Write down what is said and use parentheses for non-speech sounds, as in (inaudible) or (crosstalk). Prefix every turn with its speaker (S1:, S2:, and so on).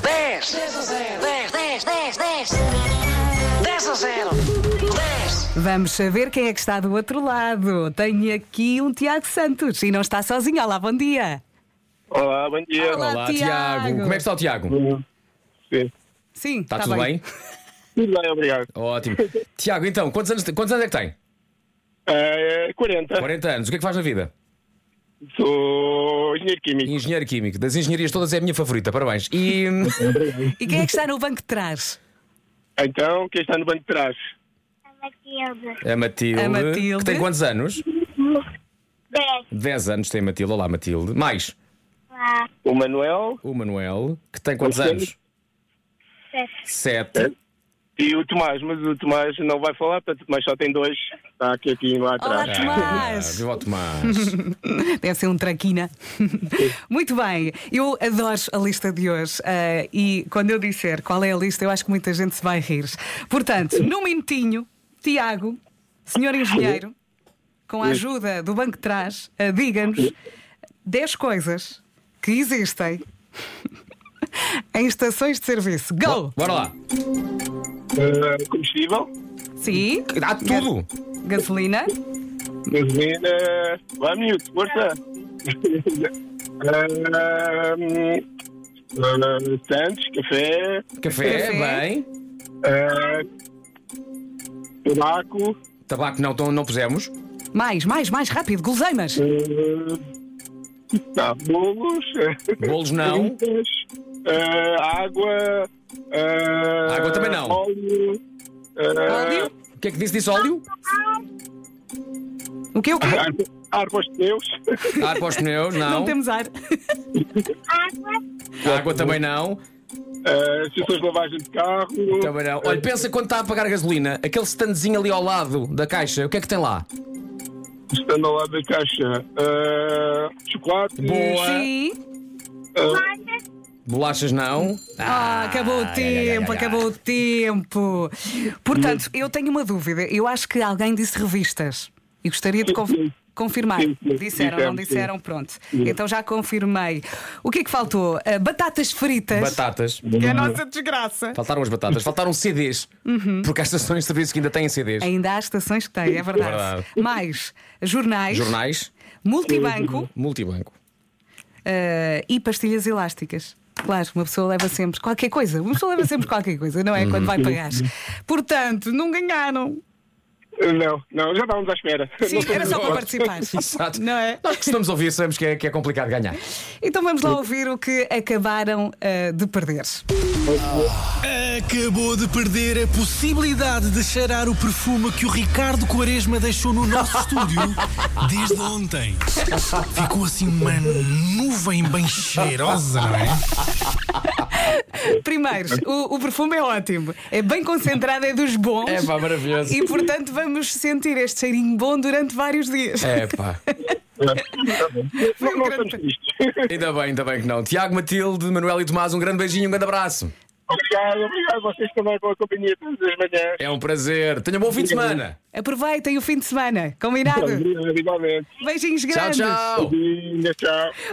S1: 10 a 0. 10, 10, 10, 10. 10 a 0. 10.
S2: Vamos saber quem é que está do outro lado. Tenho aqui um Tiago Santos e não está sozinho. Olá, bom dia.
S3: Olá, bom dia.
S2: Olá.
S4: Olá, Tiago.
S2: Tiago.
S4: Como é que está o Tiago?
S3: Sim.
S2: Sim, tá
S4: Está Tá tudo bem?
S3: Tudo bem, obrigado.
S4: Ótimo. Tiago, então, quantos anos, quantos anos é que tem?
S3: Eh, 40.
S4: 40 anos. O que é que faz na vida?
S3: Sou engenheiro químico.
S4: Engenheiro químico. Das engenharias todas é a minha favorita. Parabéns. E
S2: E quem é que está no banco de trás?
S3: Então, quem está no banco de trás?
S5: Matilda.
S4: a Matilde,
S2: A Matilde.
S4: que tem quantos anos?
S5: 10
S4: 10 anos tem a Matilde. Olá, Matilde. Mais
S5: lá,
S3: O Manuel
S4: o Manuel, que tem quantos
S3: Oito.
S4: anos?
S5: 7.
S4: 7.
S3: e o Tomás, mas o Tomás não vai falar, portanto, o Tomás só tem dois. Está aqui, aqui lá
S2: Olá,
S3: atrás.
S2: Tomás.
S4: Ah, Viva o
S2: (laughs)
S4: Tomás.
S2: Deve ser um traquina. (laughs) Muito bem, eu adoro a lista de hoje eh, e quando eu disser qual é a lista, eu acho que muita gente se vai rir. Portanto, num minutinho, Tiago, senhor engenheiro, com a ajuda do banco de trás, eh, diga-nos 10 coisas que existem (laughs) em estações de serviço. Go!
S4: Bora lá.
S3: Eh, combustível,
S2: Sim,
S4: Há tudo.
S2: gasolina,
S3: gasolina. Vá, minuto, força. Eh, eh, Santos, café,
S4: Café,
S2: Café.
S4: bem.
S3: eh, tabaco,
S4: Tabaco não, não, não pusemos.
S2: mais, mais, mais rápido, guloseimas.
S3: eh, tá, bolos,
S4: Bolos não.
S3: frutas, eh, água, eh,
S4: Água também não.
S3: Óleo, eh,
S2: Óleo?
S4: O que é que disse? Disse óleo?
S2: O que é o quê?
S3: Ar, ar para os pneus.
S4: Ar para os
S2: (laughs)
S4: pneus?
S2: Não
S4: Ah, Não.
S2: temos ar.
S5: Água,
S4: Água também não.
S3: eh, Estações de lavagem de carro. é,
S4: Também não. Olha, pensa quando está a pagar a gasolina, aquele standzinho ali ao lado da caixa, o que é que tem lá?
S3: Estando ao lado da caixa. eh, chocolate.
S4: Boa.
S2: Sim.
S4: Bolachas não.
S2: Ah, acabou o
S4: ai, ai, ai,
S2: tempo,
S4: ai.
S2: acabou o tempo. Portanto,
S3: Hum.
S2: eu tenho uma dúvida. Eu acho que alguém disse revistas e gostaria de conf-
S3: Sim.
S2: confirmar.
S3: Sim, sim.
S2: Disseram, não
S3: Dissemos, sim. Hum.
S2: disseram? Pronto. Então já confirmei. O que é que faltou? Ah, batatas fritas.
S4: Batatas.
S2: Que é a nossa desgraça.
S4: Faltaram as batatas, faltaram CDs. Porque as estações de serviço que ainda têm CDs.
S2: Ainda há estações que têm, é verdade.
S4: Verdade.
S2: Mais jornais,
S4: Jornais,
S2: multibanco
S3: Uhum.
S4: multibanco.
S2: ah, e pastilhas elásticas. Claro, uma pessoa leva sempre qualquer coisa. Uma pessoa leva sempre qualquer coisa, não é? Quando
S3: Uhum.
S2: vai pagar. Portanto, não ganharam.
S3: Não, não, já estávamos à espera.
S2: Sim, era só para participar.
S4: (laughs) Exato.
S2: Não é?
S4: Nós costumamos ouvir, sabemos que é, que é complicado ganhar.
S2: Então vamos lá ouvir o que acabaram ah, de perder.
S6: Acabou de perder a possibilidade de cheirar o perfume que o Ricardo Quaresma deixou no nosso estúdio desde ontem. Ficou assim uma nuvem bem cheirosa, não é?
S2: Primeiro, o, o perfume é ótimo. É bem concentrado, é dos bons.
S4: É pá, maravilhoso.
S2: E portanto vamos sentir este cheirinho bom durante vários dias.
S4: É pá.
S3: É, tá Não, não
S2: um grande-
S3: estamos tristes. (laughs)
S4: Ainda bem, ainda bem que não. Tiago, Matilde, Manuel e Tomás, um grande beijinho, um grande abraço.
S3: Obrigado, obrigado a vocês também com a companhia todas as manhãs.
S4: É um prazer. Tenha um bom fim de semana.
S2: Aproveitem o fim de semana, combinado?
S3: Obrigado, igualmente.
S2: Beijinhos
S4: Tchau,
S2: grandes.
S4: tchau.
S3: Beijinho, Tchau.